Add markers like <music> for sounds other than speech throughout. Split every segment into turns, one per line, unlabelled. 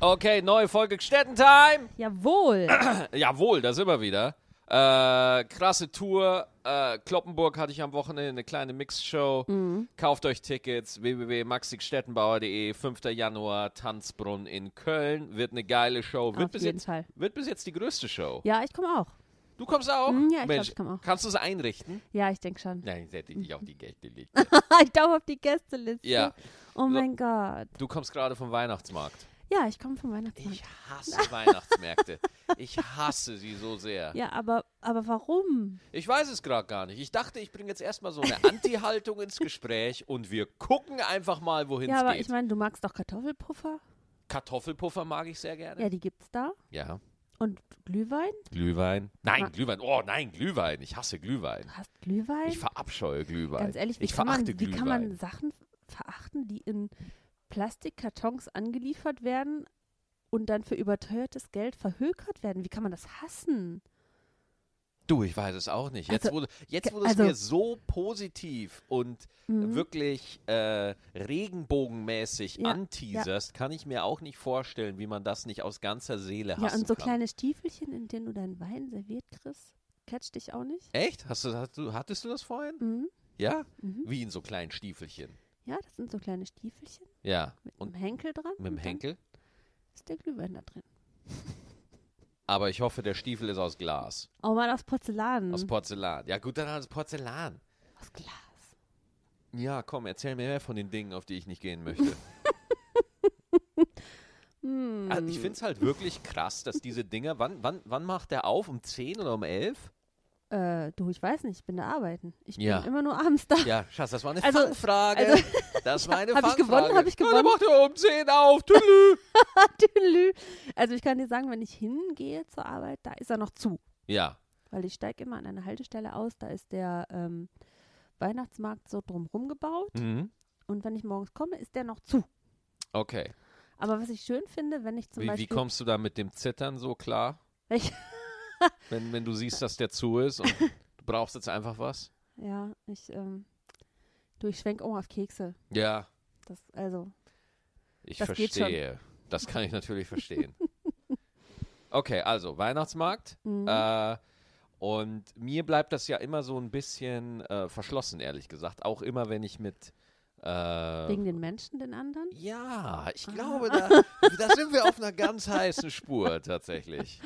Okay, neue Folge Städtentime.
Jawohl.
Äh, Jawohl, da sind wir wieder. Äh, krasse Tour. Äh, Kloppenburg hatte ich am Wochenende eine kleine Mixshow.
Mhm.
Kauft euch Tickets. www.maxigstättenbauer.de. 5. E, Januar, Tanzbrunn in Köln. Wird eine geile Show. Wird,
Auf
bis,
jeden
jetzt,
Fall.
wird bis jetzt die größte Show.
Ja, ich komme auch.
Du kommst auch?
Mm, ja, ich glaub,
Mensch,
ich komm auch.
Kannst du es einrichten?
Ja, ich denke schon.
Nein, hätte ich dich auf die Geldliste.
<laughs> ich darf auf die Gästeliste.
Ja.
Oh mein Gott.
Du kommst gerade vom Weihnachtsmarkt.
<laughs> Ja, ich komme vom Weihnachtsmarkt.
Ich hasse Weihnachtsmärkte. Ich hasse sie so sehr.
Ja, aber, aber warum?
Ich weiß es gerade gar nicht. Ich dachte, ich bringe jetzt erstmal so eine Anti-Haltung ins Gespräch und wir gucken einfach mal, wohin es
ja, aber
geht.
ich meine, du magst doch Kartoffelpuffer.
Kartoffelpuffer mag ich sehr gerne.
Ja, die gibt's da.
Ja.
Und Glühwein?
Glühwein. Nein,
Ma-
Glühwein. Oh nein, Glühwein. Ich hasse Glühwein.
Du hast Glühwein?
Ich verabscheue Glühwein.
Ganz e- ehrlich, wie,
ich
kann, man,
verachte
wie
Glühwein.
kann man Sachen verachten, die in Plastikkartons angeliefert werden und dann für überteuertes Geld verhökert werden? Wie kann man das hassen?
du, ich weiß es auch nicht. Jetzt
Also,
wurde, jetzt
ge-
wurde es
also-
mir so positiv und
Mhm.
wirklich äh, regenbogenmäßig
Ja,
anteaserst, kann ich mir auch nicht vorstellen, wie man das nicht aus ganzer Seele hassen
Ja, und so
kann.
kleine Stiefelchen, in denen du deinen Wein serviert kriegst, catcht dich auch nicht?
Echt? Hast du, hast du, hattest du das vorhin?
Mhm.
Ja?
Mhm.
Wie in so kleinen Stiefelchen.
Ja, das sind so kleine Stiefelchen
Ja.
mit
Und
einem Henkel dran.
mit dem
und dann
Henkel.
Ist der Glühwein da drin?
Aber ich hoffe, der Stiefel ist aus Glas.
Oh Mann, aus Porzellan.
Aus Porzellan. Ja, gut, dann aus Porzellan.
aus Glas.
Ja, komm, erzähl mir mehr von den Dingen, auf die ich nicht gehen
<laughs>
möchte.
Hm.
Also ich finde es halt wirklich krass, dass diese Dinger. Wann, wann, wann macht der auf? Um 10 oder um 11?
Äh, du, ich weiß nicht, ich bin da arbeiten. Ich bin
Ja.
immer nur <laughs> abends da.
Ja, Schatz, das war eine
Also-
Fangfrage.
also-
<laughs> das war eine
Hab ich
Fangfrage.
gewonnen? Hab ich
Ja,
gewonnen?
dann macht er um 10 auf.
<laughs>
Tüdelü.
Tüdelü. Also ich kann dir sagen, wenn ich hingehe zur Arbeit, da ist er noch zu.
ja,
Weil ich steige immer an einer Haltestelle aus, da ist der ähm, Weihnachtsmarkt so drumrum gebaut.
mhm.
Und wenn ich morgens komme, ist der noch zu.
okay.
Aber was ich schön finde, wenn ich zum
Wie,
Beispiel.
wie kommst du da mit dem Zittern so klar?
wenn ich,
Wenn, wenn du siehst, dass der zu ist
<laughs>
und du brauchst jetzt einfach was?
ja, ich, ähm, du, ich schwenk um auf Kekse.
Ja,
Das, also,
ich
Das geht schon.
verstehe. Das kann ich natürlich
<laughs>
verstehen. Okay, also Weihnachtsmarkt.
Mhm.
Äh, und mir bleibt das ja immer so ein bisschen äh, verschlossen, ehrlich gesagt. Auch immer, wenn ich mit. Äh,
wegen den Menschen, den anderen.
ja, ich
Ah.
glaube,
<laughs>
da, da sind wir auf einer ganz heißen Spur tatsächlich.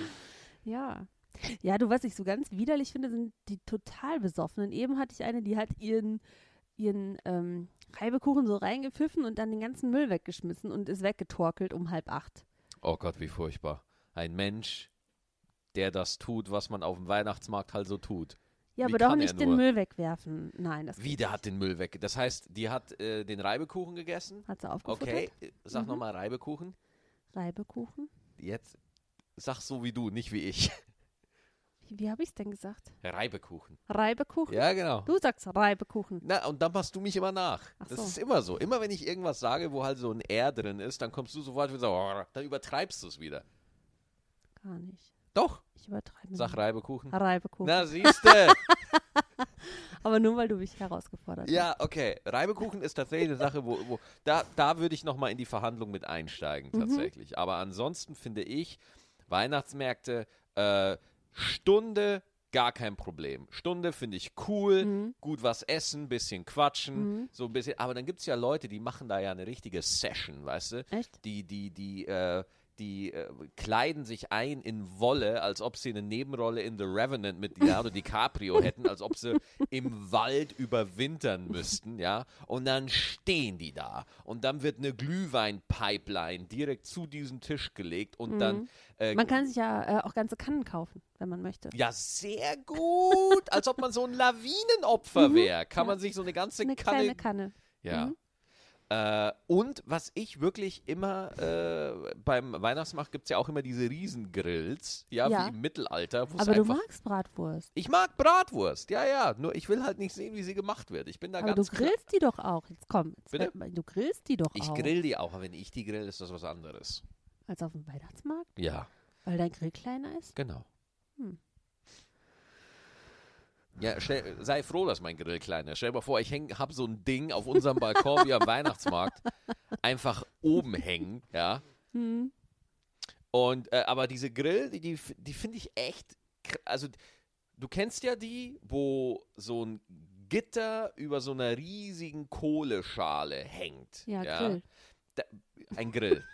Ja. Ja, du, was ich so ganz widerlich finde, sind die total besoffenen. Eben hatte ich eine, die hat ihren, ihren ähm, Reibekuchen so reingepfiffen und dann den ganzen Müll weggeschmissen und ist weggetorkelt um halb acht.
Oh Gott, wie furchtbar. Ein Mensch, der das tut, was man auf dem Weihnachtsmarkt halt so tut.
Ja,
Wie
aber doch
kann er
nicht den
nur?
Müll wegwerfen. Nein, das
Wie,
geht
der
nicht.
hat den Müll weg. Das heißt, die hat äh, den Reibekuchen gegessen.
Hat sie aufgefuttert?
Okay, äh, sag
Mhm.
nochmal Reibekuchen.
Reibekuchen?
Jetzt sag so wie du, nicht wie ich. <laughs>
Wie, wie habe ich es denn gesagt?
Reibekuchen.
Reibekuchen?
Ja, genau.
Du sagst Reibekuchen.
Na, und dann machst du mich immer nach.
Ach
das
so.
ist immer so. Immer wenn ich irgendwas sage, wo halt so ein R drin ist, dann kommst du sofort wieder so, "Oh", dann übertreibst du es wieder.
Gar nicht.
Doch,
Ich übertreibe
sag
nicht.
Reibekuchen.
Mhm. Reibekuchen.
Na, siehste.
Aber nur, weil du mich herausgefordert hast.
ja, okay. Reibekuchen ist tatsächlich eine Sache, wo, wo da, da würde ich nochmal in die Verhandlung mit einsteigen, tatsächlich. Aber ansonsten finde ich, Weihnachtsmärkte, äh, Stunde, gar kein Problem. Stunde finde ich cool, gut was essen, bisschen quatschen, so ein bisschen. Aber dann gibt es ja Leute, die machen da ja eine richtige Session, weißt du?
Echt?
Die, die, die, äh, die äh, kleiden sich ein in Wolle, als ob sie eine Nebenrolle in The Revenant mit
<laughs>
Leonardo DiCaprio hätten, als ob sie im Wald überwintern müssten, ja. Und dann stehen die da. Und dann wird eine Glühwein-Pipeline direkt zu diesem Tisch gelegt und dann äh,
Mhm. Man kann sich ja äh, auch ganze Kannen kaufen, wenn man möchte.
ja, sehr gut. Als ob man so ein Lawinenopfer wäre. Kann man sich so eine ganze
Mhm. Eine
Kanne.
kleine Kanne.
ja.
Mhm.
Äh, und was ich wirklich immer äh, beim Weihnachtsmarkt gibt es ja auch immer diese Riesengrills, ja,
Ja.
wie im Mittelalter. wo's
Aber du
einfach-
magst Bratwurst.
Ich mag Bratwurst, ja, ja. Nur ich will halt nicht sehen, wie sie gemacht wird. Ich bin da
Aber du
ganz klar-
grillst die doch auch. Jetzt komm. Jetzt
Bitte?
hört mal, Du grillst die doch
Ich
auch.
grill die auch, aber wenn ich die grill, ist das was anderes.
Als auf dem Weihnachtsmarkt,
Ja,
weil dein Grill kleiner ist.
genau.
Hm.
Ja, stell, sei froh, dass mein Grill kleiner ist. Stell dir mal vor, ich häng, hab so ein Ding auf
<laughs>
unserem Balkon wie am Weihnachtsmarkt einfach oben hängen, ja. Und äh, aber diese Grill, die, die, f- die finde ich echt. kr- Also, du kennst ja die, wo so ein Gitter über so einer riesigen Kohleschale hängt.
Ja, Grill.
Ein Grill.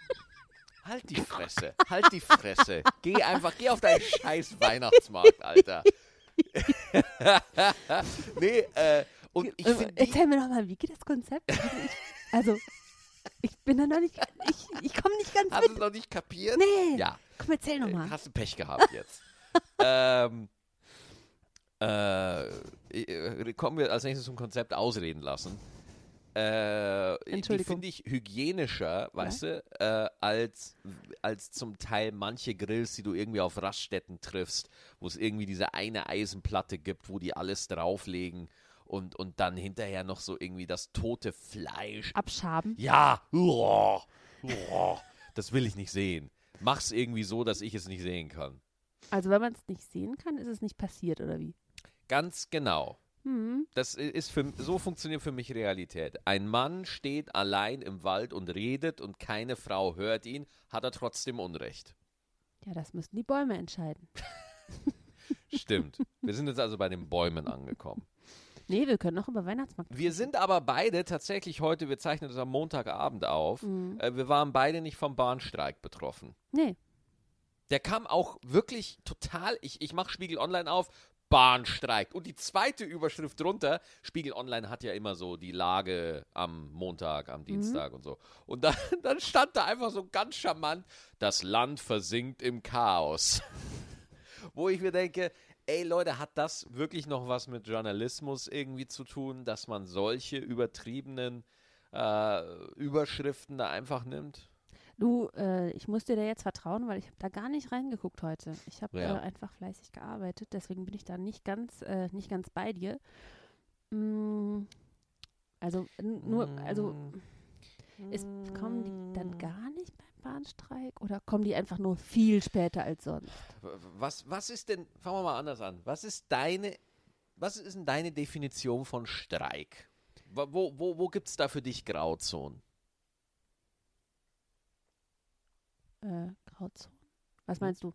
Halt die Fresse, halt die Fresse. Geh einfach, geh auf deinen scheiß Weihnachtsmarkt, Alter. <laughs> nee, äh, und ich
Also,
finde die
Erzähl mir doch mal, wie geht das
<laughs>
Konzept? Also, ich, also, ich bin da noch nicht, ich, ich komme nicht ganz
Hast du
mit.
es noch nicht kapiert?
Nee,
Ja.
komm, erzähl
Äh,
nochmal.
Hast du Pech gehabt jetzt. ähm, äh, äh, kommen wir als nächstes zum Konzept ausreden lassen. Äh, die
Entschuldigung.
finde ich hygienischer, weißt du, äh, als, als zum Teil manche Grills, die du irgendwie auf Raststätten triffst, wo es irgendwie diese eine Eisenplatte gibt, wo die alles drauflegen und, und dann hinterher noch so irgendwie das tote Fleisch
Abschaben.
ja, uah, uah, das will ich nicht sehen. Mach's irgendwie so, dass ich es nicht sehen kann.
Also, wenn man es nicht sehen kann, ist es nicht passiert, oder wie?
Ganz genau.
Hm.
Das i- ist für, so funktioniert für mich Realität. Ein Mann steht allein im Wald und redet und keine Frau hört ihn, hat er trotzdem Unrecht.
Ja, das müssen die Bäume entscheiden.
Stimmt. Wir sind jetzt also bei den Bäumen angekommen.
Nee, wir können noch über Weihnachtsmarkt.
Wir sind aber beide tatsächlich heute, wir zeichnen das am Montagabend auf,
Mhm.
äh, wir waren beide nicht vom Bahnstreik betroffen.
Nee,
Der kam auch wirklich total. Ich, ich mache Spiegel Online auf. Bahnstreik. Und die zweite Überschrift drunter, Spiegel Online hat ja immer so die Lage am Montag, am Dienstag und so. Und dann, <laughs> dann stand da einfach so ganz charmant, das Land versinkt im Chaos. <laughs> Wo ich mir denke, ey Leute, hat das wirklich noch was mit Journalismus irgendwie zu tun, dass man solche übertriebenen äh, Überschriften da einfach nimmt?
du, äh, ich muss dir da jetzt vertrauen, weil ich habe da gar nicht reingeguckt heute. Ich habe
Ja.
äh, einfach fleißig gearbeitet, deswegen bin ich da nicht ganz, äh, nicht ganz bei dir. Mm, Also n- nur, also Ist, kommen die dann
Mm.
gar nicht beim Bahnstreik oder kommen die einfach nur viel später als sonst?
W- Was, was ist denn, fangen wir mal anders an, was ist deine, was ist denn deine Definition von Streik? Wo, wo, wo, wo gibt es da für dich Grauzonen?
Äh, Grauzone. Was meinst du?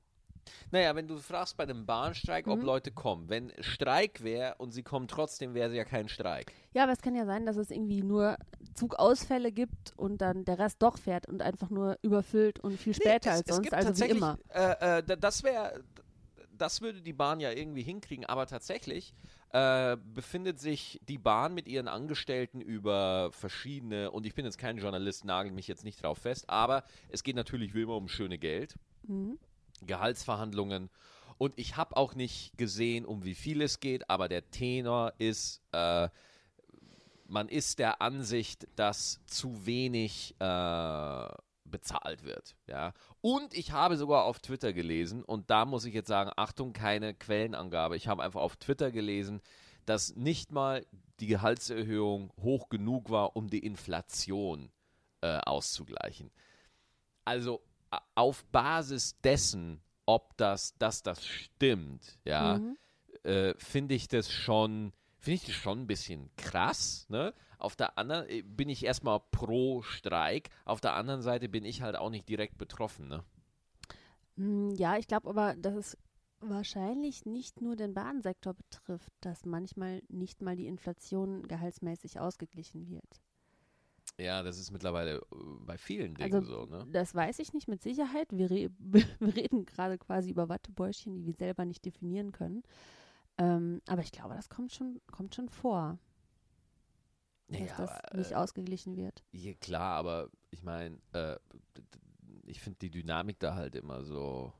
Naja, wenn du fragst bei einem Bahnstreik, ob
Mhm.
Leute kommen, wenn Streik wäre und sie kommen trotzdem, wäre es ja kein Streik.
Ja, aber es kann ja sein, dass es irgendwie nur Zugausfälle gibt und dann der Rest doch fährt und einfach nur überfüllt und viel später
Nee, es,
als sonst,
es gibt
also wie
tatsächlich,
immer.
Äh, äh, da- das wäre, das würde die Bahn ja irgendwie hinkriegen, aber tatsächlich äh, befindet sich die Bahn mit ihren Angestellten über verschiedene, und ich bin jetzt kein Journalist, nagel mich jetzt nicht drauf fest, aber es geht natürlich wie immer um schöne Geld,
Mhm.
Gehaltsverhandlungen. Und ich habe auch nicht gesehen, um wie viel es geht, aber der Tenor ist, äh, man ist der Ansicht, dass zu wenig äh, bezahlt wird. Ja? Und ich habe sogar auf Twitter gelesen, und da muss ich jetzt sagen, Achtung, keine Quellenangabe. Ich habe einfach auf Twitter gelesen, dass nicht mal die Gehaltserhöhung hoch genug war, um die Inflation äh, auszugleichen. Also a- auf Basis dessen, ob das, dass das stimmt, ja,
Mhm.
äh, finde ich das schon, finde ich das schon ein bisschen krass. Ne? Auf der anderen äh, bin ich erstmal pro Streik, auf der anderen Seite bin ich halt auch nicht direkt betroffen. Ne?
Mm, Ja, ich glaube aber, dass es wahrscheinlich nicht nur den Bahnsektor betrifft, dass manchmal nicht mal die Inflation gehaltsmäßig ausgeglichen wird.
Ja, das ist mittlerweile äh, bei vielen Dingen so.
Also,
Ne?
Das weiß ich nicht mit Sicherheit. Wir, re <laughs> wir reden gerade quasi über Wattebäuschen, die wir selber nicht definieren können. Ähm, aber ich glaube, das kommt schon, kommt schon vor, dass
Naja,
das
aber, äh,
nicht ausgeglichen wird.
Ja, klar, aber ich meine, äh, d- d- ich finde die Dynamik da halt immer so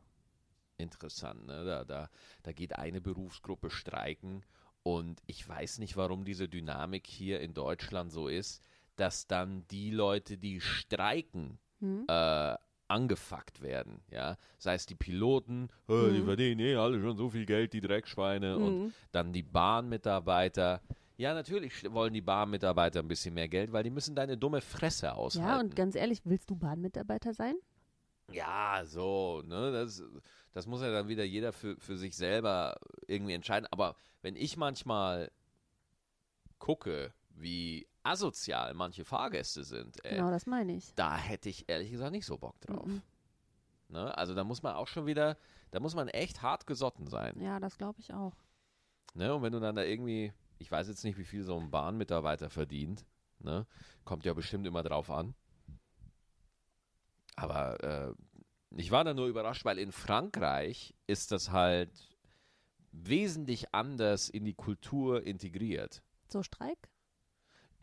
interessant. Ne? Da, da, da geht eine Berufsgruppe streiken und ich weiß nicht, warum diese Dynamik hier in Deutschland so ist, dass dann die Leute, die streiken,
Hm?
äh, angefuckt werden, ja. Sei es die Piloten, "Äh, die
Mhm.
verdienen eh alle schon so viel Geld, die Dreckschweine und
Mhm.
dann die Bahnmitarbeiter. Ja, natürlich sch- wollen die Bahnmitarbeiter ein bisschen mehr Geld, weil die müssen deine dumme Fresse aushalten.
Ja, und ganz ehrlich, willst du Bahnmitarbeiter sein?
Ja, so, ne, das, das muss ja dann wieder jeder für, für sich selber irgendwie entscheiden. Aber wenn ich manchmal gucke, wie asozial manche Fahrgäste sind, ey,
Genau, das meine ich.
da hätte ich ehrlich gesagt nicht so Bock drauf.
Mhm.
Ne? Also da muss man auch schon wieder, da muss man echt hart gesotten sein.
Ja, das glaube ich auch.
Ne? Und wenn du dann da irgendwie, ich weiß jetzt nicht, wie viel so ein Bahnmitarbeiter verdient, ne? kommt ja bestimmt immer drauf an. Aber äh, ich war da nur überrascht, weil in Frankreich ist das halt wesentlich anders in die Kultur integriert.
So Streik?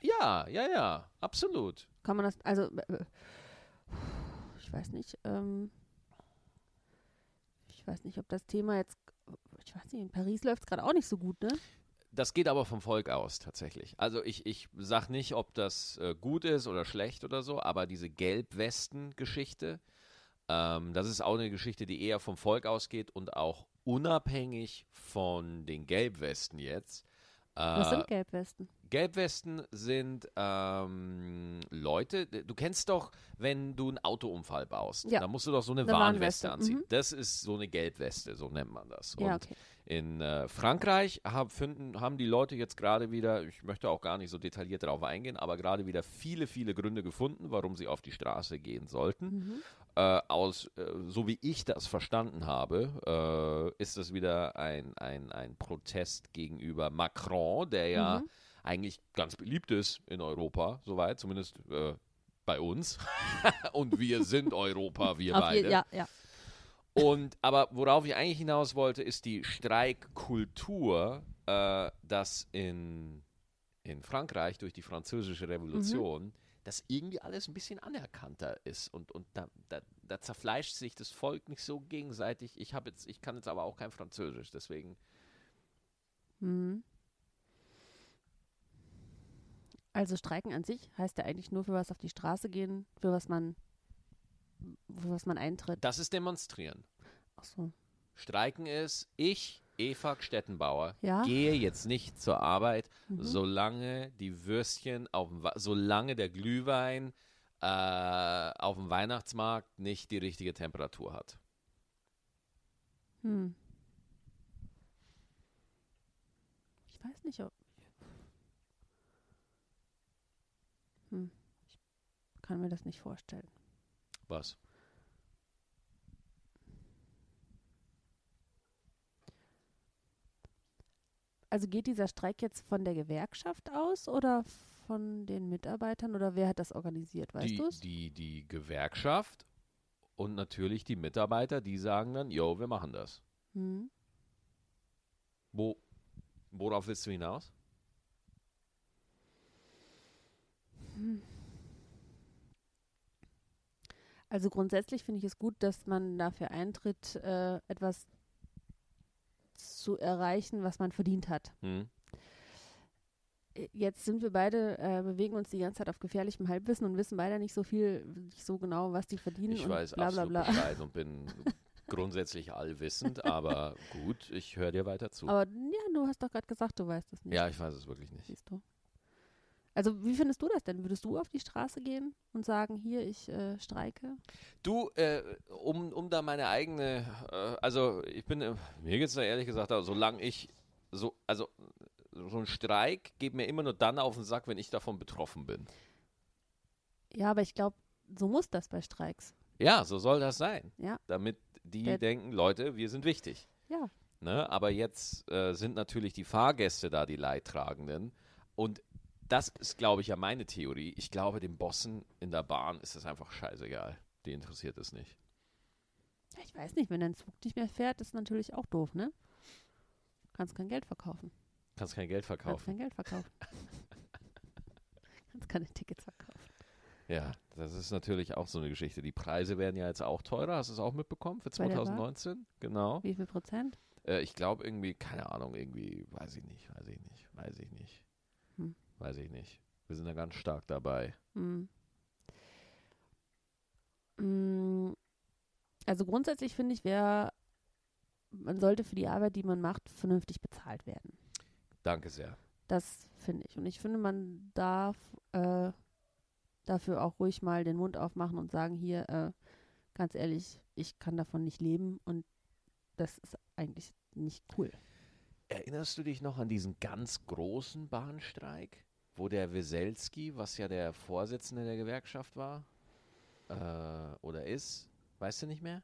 Ja, ja, ja, absolut.
Kann man das, also, äh, ich weiß nicht, ähm, ich weiß nicht, ob das Thema jetzt, ich weiß nicht, in Paris läuft es gerade auch nicht so gut, ne?
Das geht aber vom Volk aus tatsächlich. Also ich, ich sag nicht, ob das äh, gut ist oder schlecht oder so, aber diese Gelbwesten-Geschichte, ähm, das ist auch eine Geschichte, die eher vom Volk ausgeht und auch unabhängig von den Gelbwesten jetzt. Äh,
Was sind Gelbwesten?
Gelbwesten sind ähm, Leute, du kennst doch, wenn du einen Autounfall baust,
Ja.
dann musst du doch so eine,
Eine
Warnweste,
Warnweste,
anziehen.
mhm.
Das ist so eine Gelbweste, so nennt man das. Und
Ja, okay.
in äh, Frankreich hab, finden, haben die Leute jetzt gerade wieder, ich möchte auch gar nicht so detailliert darauf eingehen, aber gerade wieder viele, viele Gründe gefunden, warum sie auf die Straße gehen sollten.
Mhm.
Äh, aus, äh, so wie ich das verstanden habe, äh, ist das wieder ein, ein, ein Protest gegenüber Macron, der ja
Mhm.
eigentlich ganz beliebt ist in Europa, soweit, zumindest äh, bei uns. <laughs> Und wir sind Europa, wir
Auf
beide.
je, ja, ja.
Und aber worauf ich eigentlich hinaus wollte, ist die Streikkultur, äh, dass in, in Frankreich durch die französische Revolution das irgendwie alles ein bisschen anerkannter ist und, und da, da, da zerfleischt sich das Volk nicht so gegenseitig. Ich habe jetzt, ich kann jetzt aber auch kein Französisch, deswegen.
Mhm. Also Streiken an sich heißt ja eigentlich nur für was auf die Straße gehen, für was man, für was man eintritt.
Das ist demonstrieren.
Ach so.
Streiken ist, ich, Eva Stettenbauer,
Ja.
gehe jetzt nicht zur Arbeit,
Mhm.
solange die Würstchen auf dem, Wa- solange der Glühwein äh, auf dem Weihnachtsmarkt nicht die richtige Temperatur hat.
Hm. Ich weiß nicht, ob. Hm. Ich kann mir das nicht vorstellen.
Was?
Also geht dieser Streik jetzt von der Gewerkschaft aus oder von den Mitarbeitern oder wer hat das organisiert, weißt
Die,
du es?
die, die Gewerkschaft und natürlich die Mitarbeiter, die sagen dann, yo, wir machen das.
Hm.
Wo, worauf willst du hinaus?
Also grundsätzlich finde ich es gut, dass man dafür eintritt, äh, etwas zu erreichen, was man verdient hat.
Hm?
Äh, Jetzt sind wir beide, äh, bewegen uns die ganze Zeit auf gefährlichem Halbwissen und wissen beide nicht so viel, nicht so genau, was die verdienen
Ich
und
weiß
bla bla
absolut
bla.
Bescheid und
<laughs>
bin grundsätzlich allwissend, aber gut, ich höre dir weiter zu.
Aber ja, du hast doch gerade gesagt, du weißt es nicht.
ja, ich weiß es wirklich nicht.
Siehst du. Also wie findest du das denn? Würdest du auf die Straße gehen und sagen, hier, ich äh, streike?
Du, äh, um, um da meine eigene, äh, also ich bin, äh, mir geht's da ehrlich gesagt, also, solange ich, so, also so ein Streik geht mir immer nur dann auf den Sack, wenn ich davon betroffen bin.
Ja, aber ich glaube, so muss das bei Streiks.
Ja, so soll das sein.
Ja.
Damit die
Der-
denken, Leute, wir sind wichtig.
Ja.
Ne? Aber jetzt äh, sind natürlich die Fahrgäste da die Leidtragenden. Und das ist, glaube ich, ja meine Theorie. Ich glaube, den Bossen in der Bahn ist das einfach scheißegal. Die interessiert es nicht.
Ja, Ich weiß nicht, wenn dein Zug nicht mehr fährt, ist natürlich auch doof, ne? Kannst kein Geld verkaufen.
Kannst kein Geld
Kannst
verkaufen.
kein
<laughs>
Geld verkaufen. Kannst keine Tickets verkaufen.
Ja, das ist natürlich auch so eine Geschichte. Die Preise werden ja jetzt auch teurer. Hast du es auch mitbekommen für
Bei der Bahn?
2019? Genau.
Wie viel Prozent?
Äh, ich glaube irgendwie, keine Ahnung, irgendwie, weiß ich nicht, weiß ich nicht, weiß ich nicht.
Hm.
Weiß ich nicht. Wir sind da ganz stark dabei.
Hm. Mm, Also grundsätzlich finde ich, wer man sollte für die Arbeit, die man macht, vernünftig bezahlt werden.
Danke sehr.
Das finde ich. Und ich finde, man darf äh, dafür auch ruhig mal den Mund aufmachen und sagen, hier, äh, ganz ehrlich, ich kann davon nicht leben und das ist eigentlich nicht cool.
Erinnerst du dich noch an diesen ganz großen Bahnstreik, wo der Weselski, was ja der Vorsitzende der Gewerkschaft war äh, oder ist, Weißt du nicht mehr?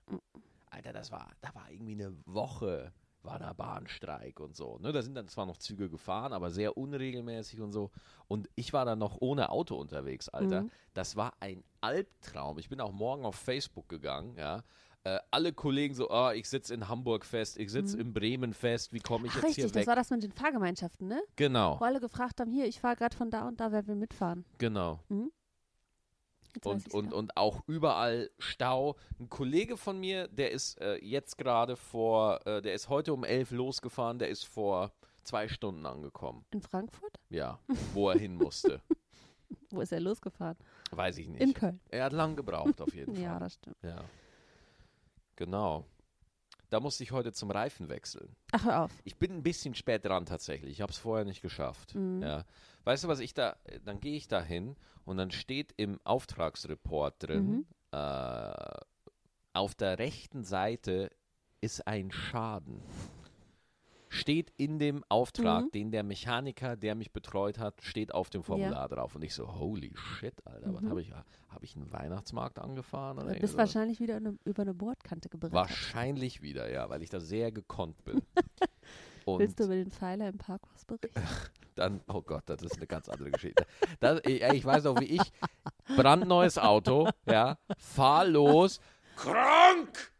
Alter, das war, da war irgendwie eine Woche, war da Bahnstreik und so. Ne? Da sind dann zwar noch Züge gefahren, aber sehr unregelmäßig und so. Und ich war dann noch ohne Auto unterwegs, Alter.
Mhm.
Das war ein Albtraum. Ich bin auch morgen auf Facebook gegangen, ja. Äh, alle Kollegen so, ah, ich sitze in Hamburg fest, ich sitze in Bremen fest, wie komme ich
Mhm. Ach,
jetzt
richtig,
hier
das
weg?
war das mit den Fahrgemeinschaften, ne?
genau,
Wo alle gefragt haben, hier, ich fahre gerade von da und da, wer will mitfahren?
genau.
Jetzt weiß
Und,
ich's
und,
wieder.
und auch überall Stau. Ein Kollege von mir, der ist äh, jetzt gerade vor, äh, der ist heute um elf losgefahren, der ist vor zwei Stunden angekommen.
In Frankfurt? <laughs>
Ja, wo er hin musste.
Wo ist er losgefahren?
Weiß ich nicht.
In Köln.
er hat lang gebraucht, auf jeden
Ja,
Fall.
das stimmt.
Ja. Genau. Da musste ich heute zum Reifen wechseln.
Ach, hör auf.
Ich bin ein bisschen spät dran tatsächlich. Ich habe es vorher nicht geschafft.
Mhm.
Ja. Weißt du, was ich da, dann gehe ich da hin und dann steht im Auftragsreport
Mhm.
drin, äh, auf der rechten Seite ist ein Schaden. Steht in dem Auftrag,
Mhm.
den der Mechaniker, der mich betreut hat, steht auf dem Formular drauf. Und ich so, holy shit, Alter, was
Mhm.
habe ich, habe ich einen Weihnachtsmarkt angefahren? Oder
Du bist
irgendwas?
wahrscheinlich wieder eine, über eine Bordkante gebrannt.
Wahrscheinlich wieder, ja, weil ich da sehr gekonnt
<laughs>
bin. Und
Willst du über den Pfeiler im Parkhaus berichten?
<laughs> dann, oh Gott, das ist eine ganz andere Geschichte. Das, ich, ich weiß noch, wie ich, brandneues Auto, ja, fahr los, krank!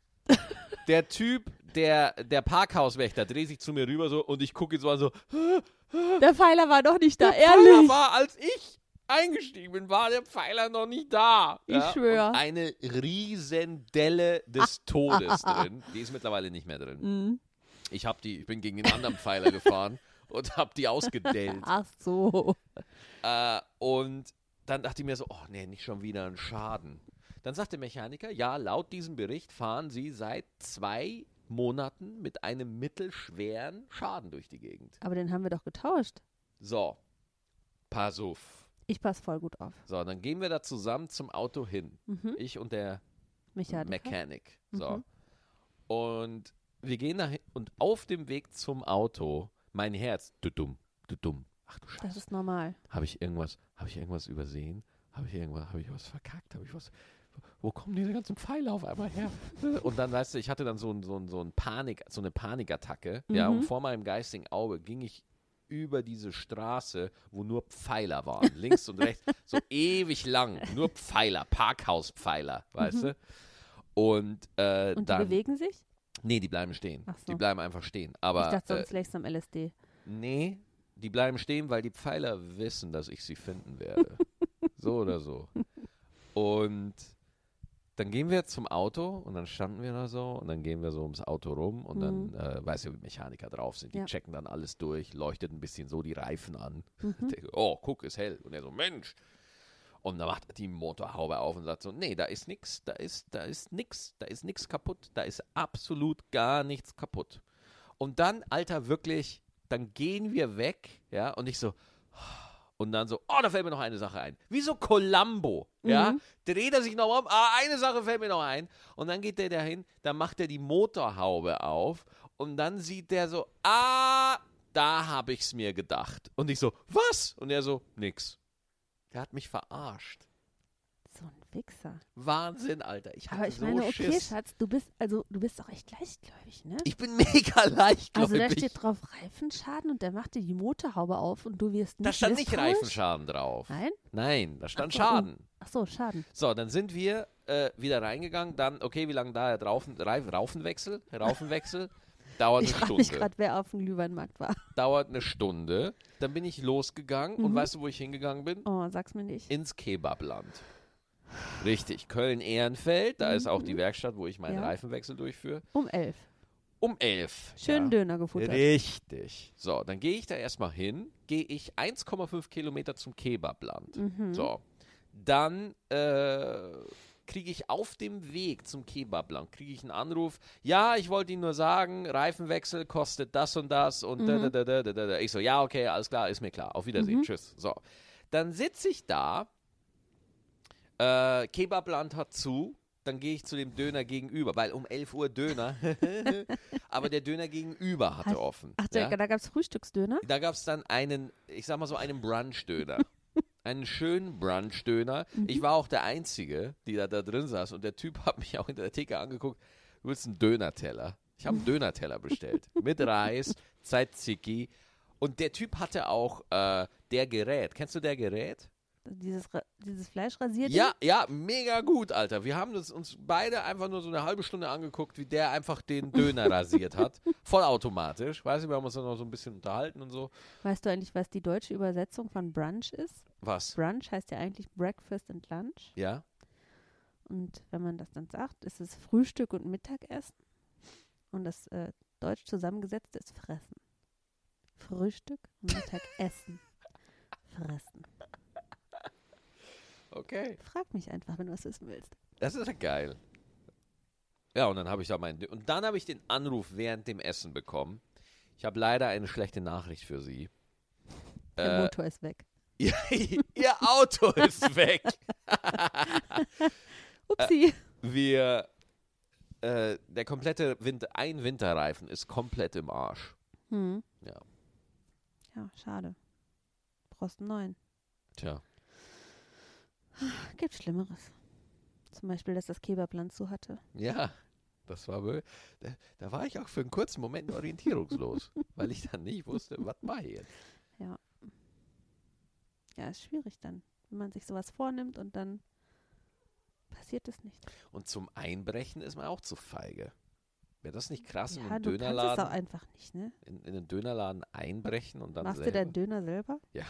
Der Typ, der, der Parkhauswächter, dreht sich zu mir rüber so und ich gucke ihn so an so,
Der Pfeiler war doch nicht da,
Pfeiler
ehrlich.
war, als ich eingestiegen bin, war der Pfeiler noch nicht da.
Ich
ja?
schwör.
Und eine Riesendelle des
<laughs>
Todes drin. Die ist mittlerweile nicht mehr drin.
Mhm.
Ich hab die, ich bin gegen den anderen Pfeiler gefahren und hab die ausgedellt.
Ach so.
Äh, und dann dachte ich mir so, oh nee, nicht schon wieder ein Schaden. Dann sagt der Mechaniker, ja, laut diesem Bericht fahren Sie seit zwei Monaten mit einem mittelschweren Schaden durch die Gegend.
Aber den haben wir doch getauscht.
So, pass auf.
Ich passe voll gut auf.
So, dann gehen wir da zusammen zum Auto hin.
Mhm.
Ich und der
Mechaniker.
Mechanic. So.
Mhm.
Und wir gehen dahin und auf dem Weg zum Auto, mein Herz, du dumm, du dumm. Ach du
Das
Scheiße.
ist normal.
Habe ich irgendwas, habe ich irgendwas übersehen? Habe ich irgendwas, habe ich was verkackt? Habe ich was? Wo kommen diese ganzen Pfeile auf einmal her? <laughs> Und dann, weißt du, ich hatte dann so, ein, so, ein, so, ein Panik, so eine Panikattacke. Ja,
Mhm.
und vor meinem geistigen Auge ging ich über diese Straße, wo nur Pfeiler waren, links und
<laughs>
rechts, so ewig lang, nur Pfeiler, Parkhauspfeiler, weißt du? Und, äh,
Mhm. Und die
dann,
bewegen sich?
nee, die bleiben stehen,
Ach so.
die bleiben einfach stehen. Aber
ich dachte,
äh,
sonst längst am LSD.
Nee, die bleiben stehen, weil die Pfeiler wissen, dass ich sie finden
<laughs>
werde. so oder so. Und dann gehen wir zum Auto und dann standen wir da so und dann gehen wir so ums Auto rum und dann, äh, weißt du, wie Mechaniker drauf sind. Die
Mhm. Ja.
checken dann alles durch, leuchtet ein bisschen so die Reifen an.
Mhm.
<laughs> Der, oh, guck, ist hell. Und er so, Mensch. Und dann macht er die Motorhaube auf und sagt so, nee, da ist nix, da ist, da ist nix, da ist nix kaputt, da ist absolut gar nichts kaputt. Und dann, Alter, wirklich, dann gehen wir weg, ja, und ich so, und dann so, oh, da fällt mir noch eine Sache ein. Wie so Columbo, ja,
Mhm.
dreht er sich noch um, ah, eine Sache fällt mir noch ein. Und dann geht der dahin, dann macht er die Motorhaube auf und dann sieht der so, ah, da habe ich's mir gedacht. Und ich so, was? Und er so, nix. Der hat mich verarscht.
So ein Wichser.
Wahnsinn, Alter. Ich hatte
Aber ich
so
meine, okay,
Schiss.
Schatz, du bist also du bist auch echt leichtgläubig, ne?
Ich bin <laughs> mega leichtgläubig.
also da steht drauf Reifenschaden und der macht dir die Motorhaube auf und du wirst nicht
Da stand nicht
misstrauisch?
Reifenschaden drauf.
Nein?
Nein, da stand
Ach so, oh.
Schaden.
Ach so, Schaden.
So, dann sind wir äh, wieder reingegangen. Dann, okay, wie lange da der Raufen, Reif, Raufenwechsel?
<laughs>
Raufenwechsel dauert
Ich
eine
frage mich
Stunde.
gerade, wer auf dem Glühweinmarkt war.
Dauert eine Stunde. Dann bin ich losgegangen und
Mhm.
weißt du, wo ich hingegangen bin?
Oh, sag's mir nicht.
Ins Kebabland. Richtig, Köln-Ehrenfeld, da ist auch die Werkstatt, wo ich meinen
Mhm. Ja.
Reifenwechsel durchführe.
Um elf.
Um elf.
Schön
ja.
Döner gefuttert.
Richtig. So, dann gehe ich da erstmal hin, gehe ich 1,5 Kilometer zum Kebabland.
Mhm.
So, dann äh, kriege ich auf dem Weg zum Kebabland, kriege ich einen Anruf, ja, ich wollte Ihnen nur sagen, Reifenwechsel kostet das und das und da, da, da, da, da, da, da. Ich so, ja, okay, alles klar, ist mir klar, auf Wiedersehen,
Mhm.
tschüss. So, dann sitze ich da, äh, Kebabland hat zu, dann gehe ich zu dem Döner gegenüber, weil um 11 Uhr Döner, <laughs> aber der Döner gegenüber hatte
Hat-
offen.
Ach,
ja?
da, da gab's Frühstücksdöner?
Da gab es dann einen, ich sag mal so einen Brunch-Döner. einen schönen Brunchdöner. Ich war auch der Einzige, der da drin saß und der Typ hat mich auch hinter der Theke angeguckt. Du willst einen Dönerteller? Ich habe einen Dönerteller bestellt. Mit Reis, Tzatziki. Und der Typ hatte auch äh, der Gerät. Kennst du der Gerät?
Dieses, Ra- dieses Fleisch rasiert.
Ja, ja, mega gut, Alter. Wir haben uns, uns beide einfach nur so eine halbe Stunde angeguckt, wie der einfach den Döner rasiert hat. Vollautomatisch. Weiß ich, wir haben uns dann noch so ein bisschen unterhalten und so.
Weißt du eigentlich, was die deutsche Übersetzung von Brunch ist?
Was?
Brunch heißt ja eigentlich Breakfast and Lunch.
Ja?
Und wenn man das dann sagt, ist es Frühstück und Mittagessen. Und das äh, deutsch zusammengesetzte ist Fressen. Frühstück und <laughs> Mittagessen. Fressen.
Okay.
Frag mich einfach, wenn du was wissen willst.
Das ist ja geil. Ja, und dann habe ich da meinen. Dö- Und dann habe ich den Anruf während dem Essen bekommen. Ich habe leider eine schlechte Nachricht für Sie.
Der
Äh,
Motor ist weg.
ihr, <laughs> ihr Auto ist weg.
Upsi.
Wir. Äh, der komplette Winter, ein Winterreifen ist komplett im Arsch.
Hm.
Ja.
Ja, schade. Brauchst einen neuen.
Tja.
Gibt Schlimmeres. Zum Beispiel, dass das Kebabland so hatte.
Ja, das war wohl. Da, da war ich auch für einen kurzen Moment orientierungslos, <laughs> weil ich dann nicht wusste, was war hier jetzt.
Ja, ist schwierig dann, wenn man sich sowas vornimmt und dann passiert es nicht.
Und zum Einbrechen ist man auch zu feige. Wäre das nicht krass, in,
Ja,
einen
du kannst es auch
Dönerladen,
einfach nicht, ne?
in, in einen Dönerladen einbrechen und dann
Machst du
selber?
deinen Döner selber?
Ja.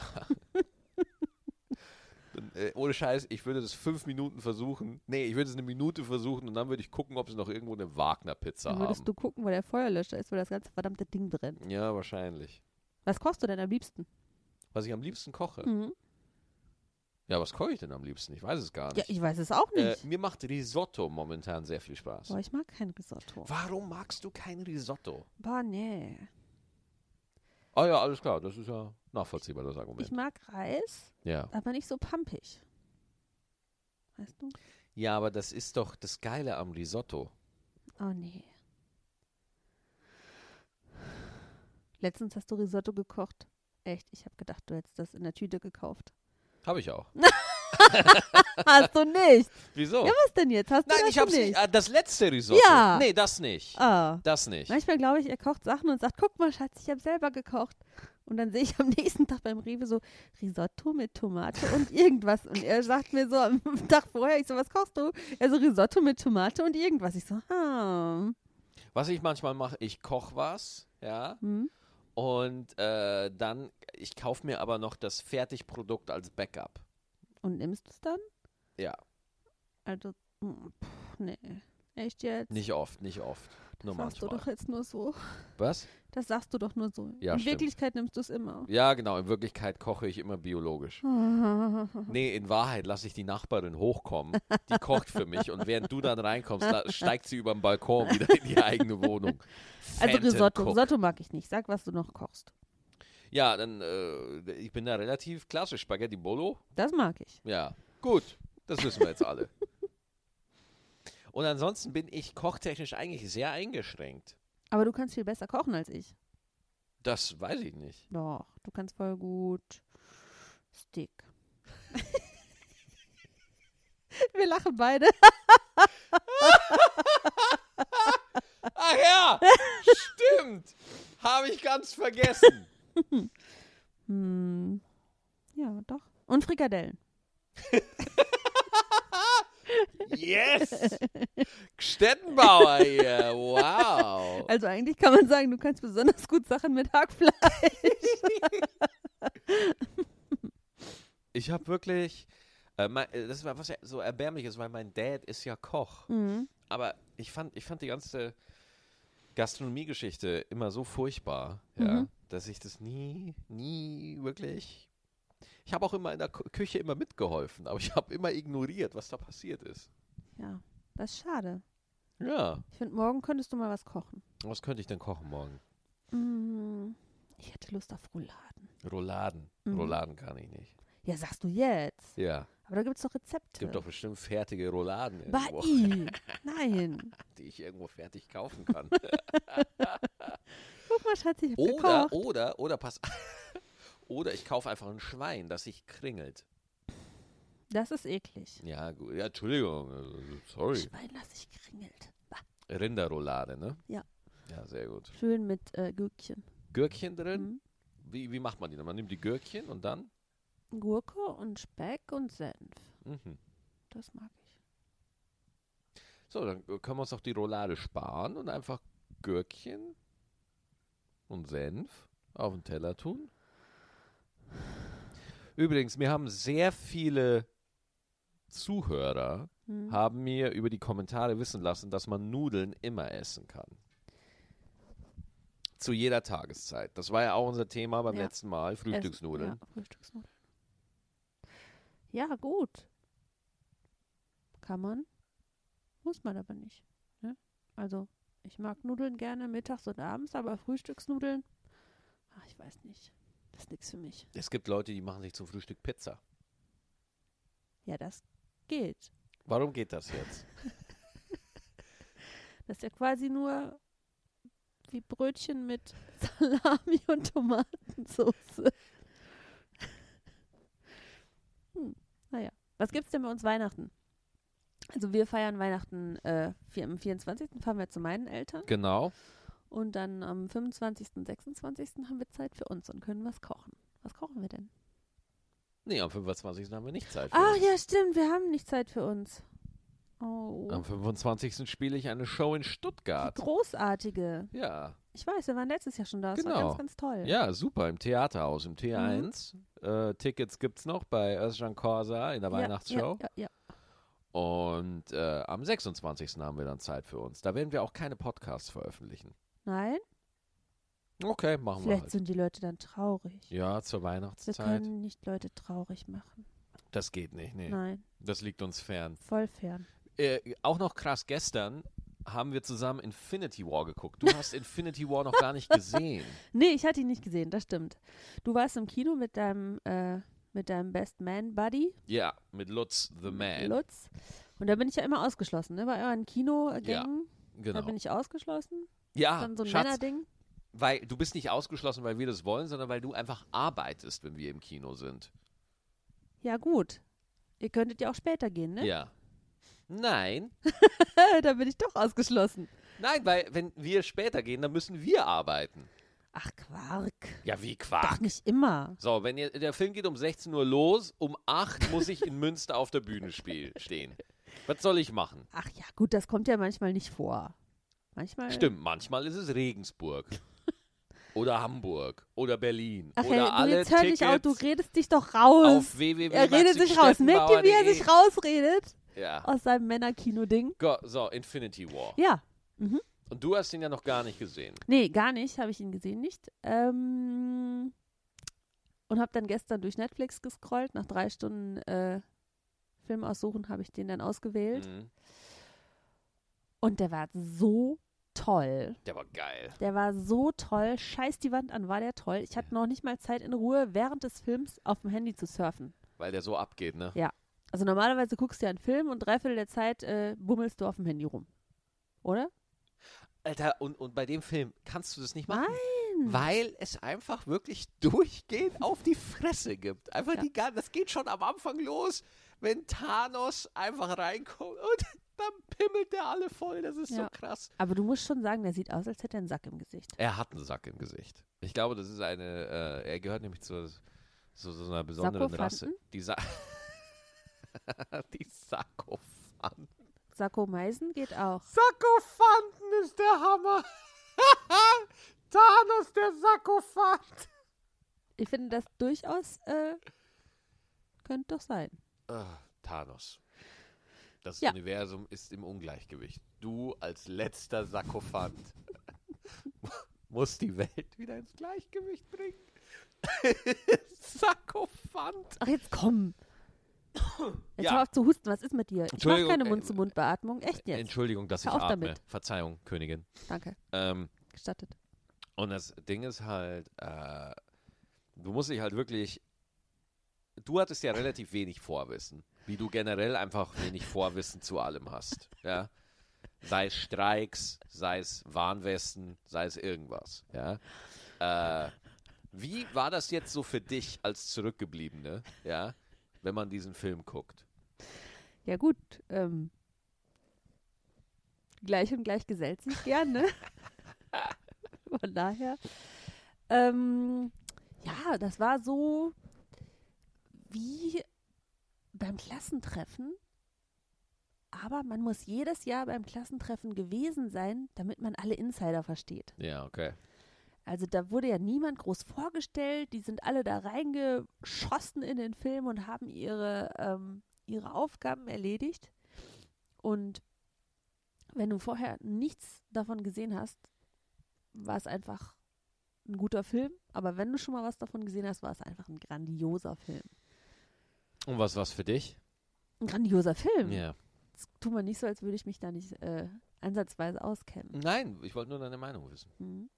Dann, äh, ohne Scheiß, ich würde das fünf Minuten versuchen. Nee, ich würde es eine Minute versuchen und dann würde ich gucken, ob sie noch irgendwo eine Wagner-Pizza
Dann
haben.
würdest du gucken, wo der Feuerlöscher ist, wo das ganze verdammte Ding brennt.
Ja, wahrscheinlich.
Was kochst du denn am liebsten?
Was ich am liebsten koche.
Mhm.
Ja, was koche ich denn am liebsten? Ich weiß es gar
Ja,
nicht.
ich weiß es auch
Äh,
nicht.
mir macht Risotto momentan sehr viel Spaß.
Boah, ich mag kein Risotto.
Warum magst du kein Risotto?
Boah, nee.
Ah ja, alles klar, das ist ja nachvollziehbar, das
Ich
Argument.
mag Reis,
Ja.
aber nicht so pampig. Weißt du?
ja, aber das ist doch das Geile am Risotto.
Oh nee. Letztens hast du Risotto gekocht. Echt, ich habe gedacht, du hättest das in der
<laughs>
Tüte gekauft.
Habe ich auch.
Hast du nicht?
Wieso?
Ja, was denn jetzt? Hast du
Nein,
das
ich hab's
nicht?
nicht. Ah, das letzte Risotto.
Ja.
Nee, das nicht.
Ah.
Das nicht.
Manchmal glaube ich, er kocht Sachen und sagt, guck mal, Schatz, ich habe selber gekocht. Und dann sehe ich am <laughs> nächsten Tag beim Rewe so Risotto mit Tomate und irgendwas. Und er sagt mir so am <laughs> Tag vorher, ich so, was kochst du? Er so Risotto mit Tomate und irgendwas. Ich so, hm.
Was ich manchmal mache, ich koche was, ja,
hm.
und äh, dann, ich kaufe mir aber noch das Fertigprodukt als Backup.
Und nimmst du es dann?
Ja,
Also, hm, pff, nee. Echt jetzt?
nicht oft, nicht oft. Nur
sagst du
manchmal.
doch jetzt nur so.
Was?
Das sagst du doch nur so.
Ja,
In
stimmt.
Wirklichkeit nimmst du es <laughs> immer.
Ja, genau, in Wirklichkeit koche ich immer biologisch.
Hm. Also
Nee, in Wahrheit lasse ich die Nachbarin hochkommen, die kocht für mich und während du dann reinkommst, la- steigt sie über den Balkon wieder in die eigene Wohnung.
Also
Phantom
Risotto.
Cook.
Risotto mag ich nicht. Sag, was du noch kochst.
Ja, dann, äh, ich bin da relativ klassisch. Spaghetti Bolo,
Das mag ich.
Ja, gut. Das wissen wir jetzt alle. Und ansonsten bin ich kochtechnisch eigentlich sehr eingeschränkt.
Aber du kannst viel besser kochen als ich.
Das weiß ich nicht.
Doch, du kannst voll gut Steak. <laughs> Wir lachen beide.
Ach ja, stimmt. Habe ich ganz vergessen.
Hm. Ja, doch. Und Frikadellen.
Yes. Stettenbauer hier. Wow.
Also eigentlich kann man sagen, du kannst besonders gut Sachen mit Hackfleisch.
Ich habe wirklich, äh, mein, äh, das war was so erbärmliches, weil mein Dad ist ja Koch.
Mhm.
Aber ich fand, ich fand die ganze Gastronomiegeschichte immer so furchtbar, ja,
Mhm.
dass ich das nie, nie wirklich. Ich habe auch immer in der Kü- Küche immer mitgeholfen, aber ich habe immer ignoriert, was da passiert ist.
Ja, das ist schade.
Ja.
Ich finde, morgen könntest du mal was kochen.
Was könnte ich denn kochen morgen?
Mm, Ich hätte Lust auf Rouladen.
Rouladen.
Mhm.
Rouladen kann ich nicht.
Ja, sagst du jetzt.
Ja.
Aber da gibt es doch
Es
Rezepte.
gibt doch bestimmt fertige Rouladen irgendwo,
Bai. Nein.
<laughs> die ich irgendwo fertig kaufen
<laughs>
kann.
Guck mal, Schatz, ich hab
oder, <laughs>
gekocht.
oder, oder pass. oder ich kaufe einfach ein Schwein, das sich kringelt.
Das ist eklig.
Ja, gut. Ja, Entschuldigung. also, Sorry.
Schwein, lass ich kringelt. Bah.
Rinderroulade, ne?
Ja.
Ja, sehr gut.
Schön mit äh, Gürkchen.
Gürkchen drin.
Mhm.
Wie, wie macht man die denn? Man nimmt die Gürkchen und dann?
Mhm. Gurke und Speck und Senf.
Mhm.
Das mag ich.
So, dann können wir uns auch die Roulade sparen und einfach Gürkchen und Senf auf den Teller tun. Übrigens, mir haben sehr viele Zuhörer
Hm.
haben mir über die Kommentare wissen lassen, dass man Nudeln immer essen kann. Zu jeder Tageszeit. Das war ja auch unser Thema beim
Ja.
letzten Mal, Frühstücksnudeln.
Ja, Frühstücksnudeln. Ja, gut. Kann man. Muss man aber nicht. Ne? Also, ich mag Nudeln gerne mittags und abends, aber Frühstücksnudeln, ach, ich weiß nicht. Das ist nichts für mich.
Es gibt Leute, die machen sich zum Frühstück Pizza.
Ja, das geht.
Warum geht das jetzt?
Das ist ja quasi nur wie Brötchen mit <laughs> Salami und Tomatensauce. <laughs> Hm, naja. Was gibt's denn bei uns Weihnachten? Also wir feiern Weihnachten äh, vier- am 24. fahren wir zu meinen Eltern
genau.
und dann am 25. und 26. haben wir Zeit für uns und können was kochen. Was kochen wir denn?
Nee, am 25. haben wir nicht Zeit. für
Ach
uns.
Ah, ja, stimmt, wir haben nicht Zeit für uns. Oh,
Am 25. spiele ich eine Show in
die
Stuttgart.
großartige.
Ja,
Ich weiß, wir waren letztes Jahr schon da. Das war
Genau.
ganz, ganz toll.
ja, super, im Theaterhaus, im T1. Äh, Tickets gibt's noch bei Özcan Corsa in der
Mhm. Ja,
Weihnachtsshow.
Ja, ja, ja.
Und äh, am 26. haben wir dann Zeit für uns. Da werden wir auch keine Podcasts veröffentlichen.
Nein,
Okay, machen
vielleicht
wir halt.
sind die Leute dann traurig.
Ja, zur
Wir
Weihnachtszeit.
können nicht Leute traurig machen.
Das geht nicht, nee.
Nein,
Das liegt uns fern.
voll fern.
Äh, auch noch krass, gestern haben wir zusammen Infinity War geguckt. Du
<laughs>
hast Infinity War noch gar nicht gesehen.
Nee, ich hatte ihn nicht gesehen, das stimmt. Du warst im Kino mit deinem, äh, mit deinem Best Man Buddy,
Ja, mit Lutz the Man.
Lutz. Und da bin ich ja immer ausgeschlossen, ne? Bei euren Kinogängen, da
genau.
bin ich ausgeschlossen.
Ja,
Dann so ein
Schatz,
Männerding.
weil du bist nicht ausgeschlossen, weil wir das wollen, sondern weil du einfach arbeitest, wenn wir im Kino sind.
Ja, gut. Ihr könntet ja auch später gehen, ne?
Ja. Nein,
<laughs> da bin ich doch ausgeschlossen.
nein, weil wenn wir später gehen, dann müssen wir arbeiten.
Ach, Quark.
Ja, wie
Doch
Quark.
nicht immer.
So, wenn ihr, der Film geht um 16 Uhr los, um 8 muss ich in Münster auf der Bühne spiel, stehen. Was soll ich machen?
Ach ja, gut, das kommt ja manchmal nicht vor. Manchmal.
Stimmt, manchmal ist es
<laughs>
Regensburg. Oder Hamburg. Oder Berlin.
Ach
oder
ja, du,
alle
jetzt hör dich
Tickets
auf, du redest dich doch raus.
auf www.
er redet sich raus. Merkt ihr, wie er sich rausredet?
Ja.
Aus seinem Männerkino-Ding.
Go, so, Infinity War.
Ja.
Und du hast ihn ja noch gar nicht gesehen.
Nee, gar nicht, habe ich ihn gesehen nicht. Ähm, und habe dann gestern durch Netflix gescrollt. Nach drei Stunden äh, Film aussuchen habe ich den dann ausgewählt.
Mhm.
Und der war so toll.
Der war geil.
Der war so toll. Scheiß die Wand an, war der toll. Ich hatte noch nicht mal Zeit in Ruhe, während des Films auf dem Handy zu surfen.
Weil der so abgeht, ne?
Also normalerweise guckst du ja einen Film und drei Viertel der Zeit äh, bummelst du auf dem Handy rum. Oder?
Alter, und, und bei dem Film kannst du das nicht
machen.
machen. Weil es einfach wirklich durchgehend auf die Fresse gibt. Einfach
Ja.
die ganze, das geht schon am Anfang los, wenn Thanos einfach reinkommt und dann pimmelt der alle voll. Das ist
Ja.
so krass.
Aber du musst schon sagen, der sieht aus, als hätte er einen Sack im Gesicht.
Er hat einen Sack im Gesicht. Ich glaube, das ist eine, äh, er gehört nämlich zu, zu so einer besonderen Rasse.
Sarkophanten?
Die, Sa <laughs> die Sarkophanten.
Sarkomeisen geht auch.
Sarkophanten ist der Hammer. <laughs> Thanos, der Sarkophant.
Ich finde das durchaus, äh, könnte doch sein.
Ah, Thanos. Das
Ja.
Universum ist im Ungleichgewicht. Du als letzter Sarkophant <laughs> musst die Welt wieder ins Gleichgewicht bringen. <laughs> Sarkophant.
Ach, jetzt komm. Jetzt
Ja.
hör auf zu husten. Was ist mit dir? Ich mache
Entschuldigung,
keine
äh,
Mund-zu-Mund-Beatmung. Echt jetzt.
Entschuldigung, dass ich
Hör auf
atme.
damit.
Verzeihung, Königin.
Danke.
Ähm,
Gestattet.
und das Ding ist halt, äh, du musst dich halt wirklich. Du hattest ja relativ wenig Vorwissen, wie du generell einfach wenig Vorwissen zu allem
<laughs>
hast. Ja? Sei es Streiks, sei es Warnwesten, sei es irgendwas. Ja? Äh, wie war das jetzt so für dich als Zurückgebliebene? Ja? wenn man diesen Film guckt.
Ja, gut. Ähm, gleich und gleich gesellt sich gern, ne? Von daher. Ähm, ja, das war so wie beim Klassentreffen. Aber man muss jedes Jahr beim Klassentreffen gewesen sein, damit man alle Insider versteht.
Ja, okay.
Also da wurde ja niemand groß vorgestellt. Die sind alle da reingeschossen in den Film und haben ihre, ähm, ihre Aufgaben erledigt. Und wenn du vorher nichts davon gesehen hast, war es einfach ein guter Film. Aber wenn du schon mal was davon gesehen hast, war es einfach ein grandioser Film.
Und was war's für dich?
Ein grandioser Film.
Ja.
Das tut man nicht so, als würde ich mich da nicht äh, ansatzweise auskennen.
Nein, ich wollte nur deine Meinung wissen.
Mhm.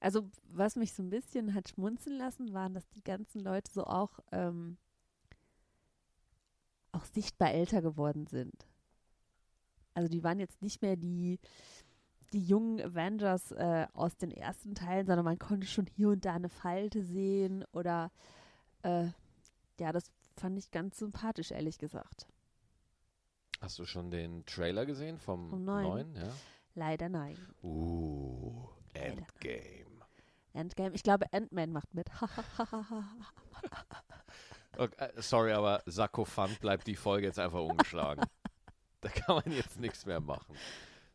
Also, was mich so ein bisschen hat schmunzeln lassen, waren, dass die ganzen Leute so auch, ähm, auch sichtbar älter geworden sind. Also, die waren jetzt nicht mehr die, die jungen Avengers äh, aus den ersten Teilen, sondern man konnte schon hier und da eine Falte sehen oder äh, ja, das fand ich ganz sympathisch, ehrlich gesagt.
Hast du schon den Trailer gesehen vom
Vom neuen?
neuen? Ja.
Leider nein.
Uh, Endgame.
Endgame, ich glaube, Ant-Man macht mit. <laughs>
Okay, äh, sorry, aber Sakofant bleibt die Folge jetzt einfach ungeschlagen. da kann man jetzt nichts mehr machen.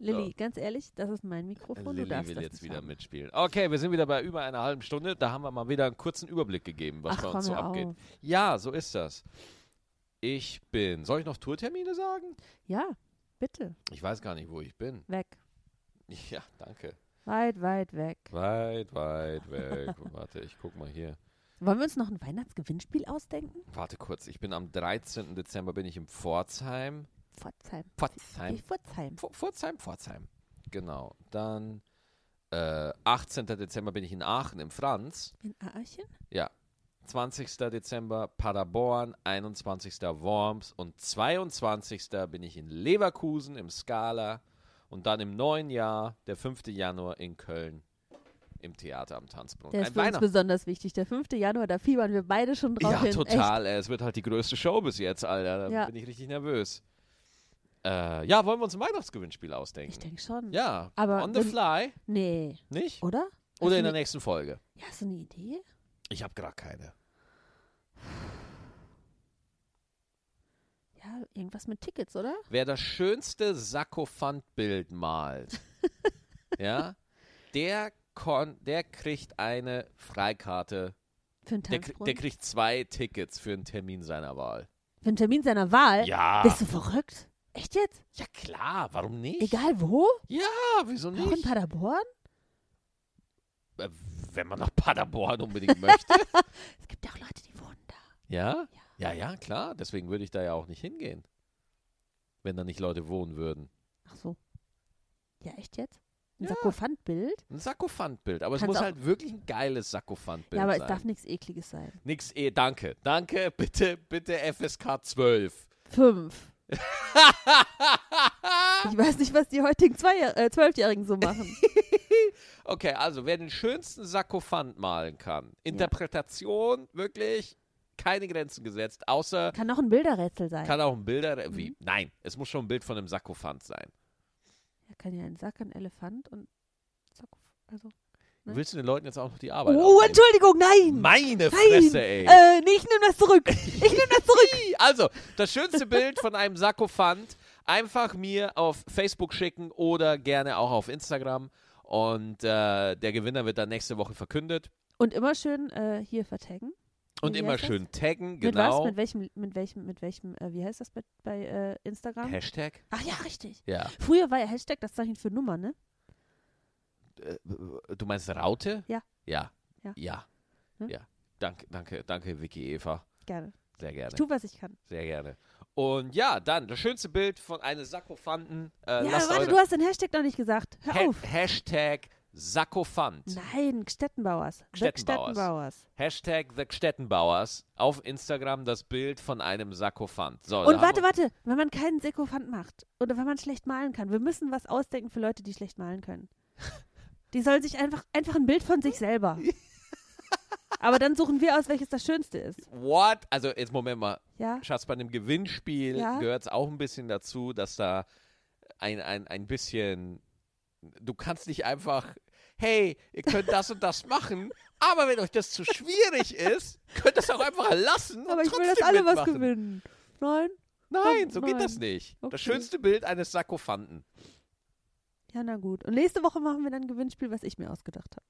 Lilly, ganz ehrlich, das ist mein Mikrofon. du
Lilly
darfst
will
das
jetzt
nicht
wieder
haben.
mitspielen. Okay, wir sind wieder bei über einer halben Stunde. Da haben wir mal wieder einen kurzen Überblick gegeben, was
Ach,
bei uns so
komm, hör
abgeht.
auf.
Ja, so ist das. Ich bin. Soll ich noch Tourtermine sagen?
Ja, bitte.
Ich weiß gar nicht, wo ich bin. <laughs>
Weg.
Ja, danke.
Weit, weit weg.
Weit, weit weg. Warte, ich guck mal hier.
Wollen wir uns noch ein Weihnachtsgewinnspiel ausdenken?
Warte kurz, ich bin am 13. Dezember bin ich im Pforzheim.
Pforzheim.
Pforzheim.
Ich Pforzheim.
Pf- Pforzheim, Pforzheim. Genau. Dann äh, 18. Dezember bin ich in Aachen im Franz.
In Aarchen?
20. Dezember Paderborn, 21. Worms und 22. bin ich in Leverkusen im Scala und dann im neuen Jahr, der 5. Januar in Köln im Theater am Tanzbrunnen.
Der ist für uns besonders wichtig. Der 5. Januar, da fiebern wir beide schon drauf
Ja,
hin.
total. ey. Es wird halt die größte Show bis jetzt, Alter. Da
Ja.
bin ich richtig nervös. Äh, ja, wollen wir uns ein Weihnachtsgewinnspiel
Echt? Ich
ausdenken?
denke schon.
Ja,
Aber
on the
wenn-
fly,
Nee,
nicht? Oder
oder? Hast
in
du
der
ne-
nächsten Folge.
Ja, hast du eine Idee?
Ich habe gerade keine.
Ja, irgendwas mit Tickets, oder?
Wer das schönste Sakofantbild
<laughs>
malt, ja, der, kon der kriegt eine Freikarte.
Für einen,
Der, kri-
Tanzbrunnen?
der kriegt zwei Tickets für einen Termin seiner Wahl.
Für einen Termin seiner Wahl?
Ja.
Bist du verrückt? Echt jetzt?
Ja klar, warum nicht?
Egal wo?
Ja, wieso
Auch in
nicht?
Paderborn?
Äh, Wenn man nach Paderborn unbedingt <laughs> möchte.
Es gibt ja auch Leute, die wohnen da.
Ja? Ja, ja, klar. Deswegen würde ich da ja auch nicht hingehen. Wenn da nicht Leute wohnen würden.
Ach so. Ja, echt jetzt? Ein
Ja.
Sarkophantbild?
Ein Sakofantbild. Aber es
Kannst
muss
auch-
halt wirklich ein geiles Sakofantbild
Ja, aber
sein.
es darf nichts Ekliges sein.
Nix, eh, danke. Danke, bitte, bitte FSK 12.
Fünf.
Ah.
Ich weiß nicht, was die heutigen Zwei äh, Zwölfjährigen so
<laughs>
machen.
<laughs> okay, also wer den schönsten Sakofant malen kann, Interpretation wirklich keine Grenzen gesetzt, außer
Kann auch ein Bilderrätsel sein.
kann auch ein Bilder.
Mhm.
Wie? Nein, es muss schon ein Bild von einem Sakofant sein.
Ja, kann ja ein Sack, ein Elefant und Sack. Also. Ne?
Willst du den Leuten jetzt auch noch die Arbeit?
Oh,
abnehmen?
Entschuldigung, nein!
Meine
nein!
Fresse, ey.
Äh, nee, ich nehme das zurück. Ich nehme
<laughs>
das zurück.
Also, das schönste Bild von einem Sakofant einfach mir auf Facebook schicken oder gerne auch auf Instagram. Und äh, der Gewinner wird dann nächste Woche verkündet.
Und immer schön äh, hier vertaggen.
Und
Wie
immer
heißt das?
schön taggen,
Mit was?
genau.
Mit welchem, mit welchem, mit welchem, äh, wie heißt das bei, bei äh, Instagram?
Hashtag?
Ach ja, richtig.
Ja.
Früher war ja Hashtag das Zeichen für Nummer, ne?
Äh, Du meinst Raute?
Ja.
Ja.
Ja.
Ja.
Ne?
Ja. Danke, danke, danke, Vicky Eva.
Gerne.
Sehr
Ich
gerne.
tu, was ich kann.
Sehr gerne. Und ja, dann das schönste Bild von einem Sakofanten. Äh,
ja,
lasst
warte,
eure
du hast den Hashtag noch nicht gesagt. Hör
Ha
auf.
Hashtag Sakofant.
Nein, Gstettenbauers. The
Gstettenbauers.
Gstettenbauers.
Hashtag The Gstettenbauers auf Instagram das Bild von einem Sakofant. So, da
Und
haben
warte,
wir-
warte, wenn man keinen Sekofant macht oder wenn man schlecht malen kann, wir müssen was ausdenken für Leute,
<laughs> <laughs>
die schlecht malen können. Die sollen sich einfach, einfach ein Bild von sich selber. Aber dann suchen wir aus, welches das Schönste ist.
What? Also jetzt Moment mal.
Ja?
Schatz, bei einem Gewinnspiel
Ja.
gehört es auch ein bisschen dazu, dass da ein, ein, ein bisschen. Du kannst nicht einfach, hey, ihr könnt das und das machen, aber wenn euch das zu schwierig ist, könnt ihr es auch einfach lassen.
Aber
und
ich will, dass
trotzdem
alle was
mitmachen.
gewinnen. Nein?
Nein, so geht das
Nein.
nicht.
Okay.
Das schönste Bild eines Sarkophanten.
Ja, na gut. Und nächste Woche machen wir dann ein Gewinnspiel, was ich mir ausgedacht habe.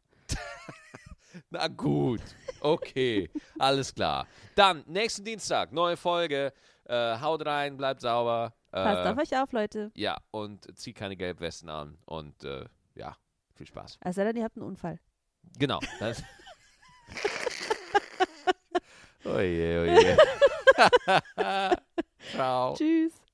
Na gut, okay, alles klar. Dann, nächsten Dienstag, neue Folge. Äh, haut rein, bleibt sauber. Äh,
Passt auf euch auf, Leute.
Ja, und zieht keine Gelbwesten an. Und äh, ja, viel Spaß.
Es sei denn, Also, ihr habt einen Unfall.
Genau.
<laughs>
Das oje, oje. Ciao. <laughs>
<laughs>
Oh.
Tschüss.